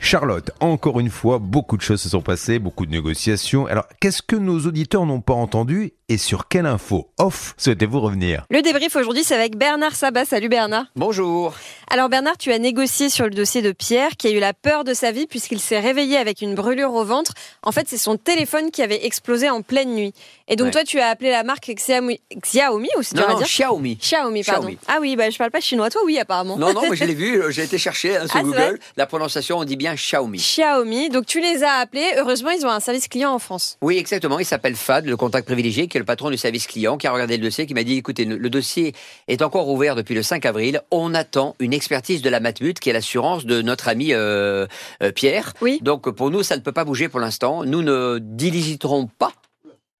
Charlotte, encore une fois, beaucoup de choses se sont passées, beaucoup de négociations. Alors, qu'est-ce que nos auditeurs n'ont pas entendu et sur quelle info off souhaitez-vous revenir Le débrief aujourd'hui, c'est avec Bernard Sabat. Salut Bernard. Bonjour. Alors Bernard, tu as négocié sur le dossier de Pierre qui a eu la peur de sa vie puisqu'il s'est réveillé avec une brûlure au ventre. En fait, c'est son téléphone qui avait explosé en pleine nuit. Et donc Ouais. toi, tu as appelé la marque Xiaomi, Xiaomi ou si tu Non, vas non, dire Xiaomi. Xiaomi, pardon. Xiaomi. Ah oui, bah, je parle pas chinois. Toi, oui, apparemment. Non, non, mais je l'ai vu, j'ai été chercher hein, sur Ah, c'est vrai Google. La prononciation, on dit bien Xiaomi. Xiaomi, donc tu les as appelés. Heureusement, ils ont un service client en France. Oui, exactement. Il s'appelle Fad, le contact privilégié, qui est le patron du service client, qui a regardé le dossier, qui m'a dit écoutez, le dossier est encore ouvert depuis le 5 avril. On attend une expertise de la Matmut, qui est l'assurance de notre ami euh, euh, Pierre. Oui. Donc pour nous, ça ne peut pas bouger pour l'instant. Nous ne diligiterons pas.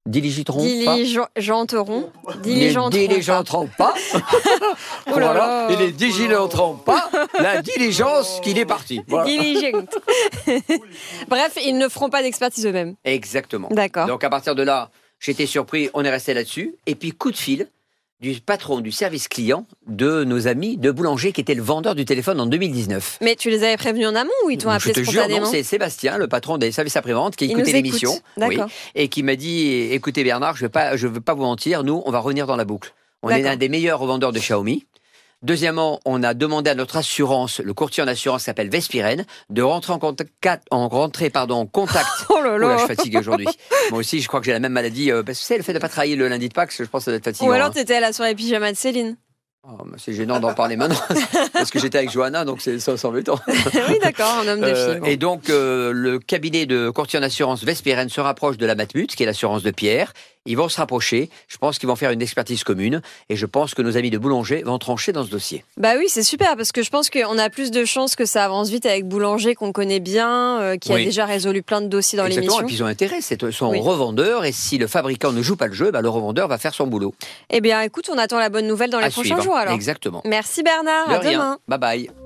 Diligiterons pas. Diligenteront. ne Diligenteront. diligenteront pas. Oh là voilà. là. Oh. Et les diligenteront pas. La diligence qu'il est parti. Voilà. Diligent. Bref, ils ne feront pas d'expertise eux-mêmes. Exactement. D'accord. Donc à partir de là, j'étais surpris, on est resté là-dessus. Et puis coup de fil du patron du service client de nos amis de Boulanger, qui était le vendeur du téléphone en 2019. Mais tu les avais prévenus en amont ou ils t'ont Je appelé te jure, non, spontanément c'est Sébastien, le patron des services après-vente, qui Il écoutait nous écoute. l'émission, D'accord. et qui m'a dit "Écoutez Bernard, je ne pas, je veux pas vous mentir, nous, on va revenir dans la boucle. On est D'accord. l'un des meilleurs revendeurs de Xiaomi. Deuxièmement, on a demandé à notre assurance, le courtier en assurance qui s'appelle Vespiren, de rentrer en contact, en rentrer, pardon, en contact Oh là Oula, là je suis fatigué aujourd'hui. Moi aussi, je crois que j'ai la même maladie. euh, parce que c'est le fait de pas travailler le lundi de Pâques, je pense que ça doit être fatigant. Ou alors hein. t'étais à la soirée pyjama de Céline. Oh, mais c'est gênant d'en parler maintenant, parce que j'étais avec Johanna, donc c'est ça s'embêtant. oui, d'accord, un homme de Euh, fille. bon. et donc, euh, le cabinet de courtier en assurance Vespérenne se rapproche de la Matmut, qui est l'assurance de Pierre. Ils vont se rapprocher. Je pense qu'ils vont faire une expertise commune. Et je pense que nos amis de Boulanger vont trancher dans ce dossier. Bah oui, c'est super parce que je pense qu'on a plus de chances que ça avance vite avec Boulanger qu'on connaît bien, euh, qui a Oui. déjà résolu plein de dossiers dans Exactement. l'émission. Et puis, ils ont intérêt. C'est son Oui. revendeur. Et si le fabricant ne joue pas le jeu, bah, le revendeur va faire son boulot. Eh bien, écoute, on attend la bonne nouvelle dans les À prochains suivre. jours alors. Exactement. Merci Bernard, à de rien. demain. Bye bye.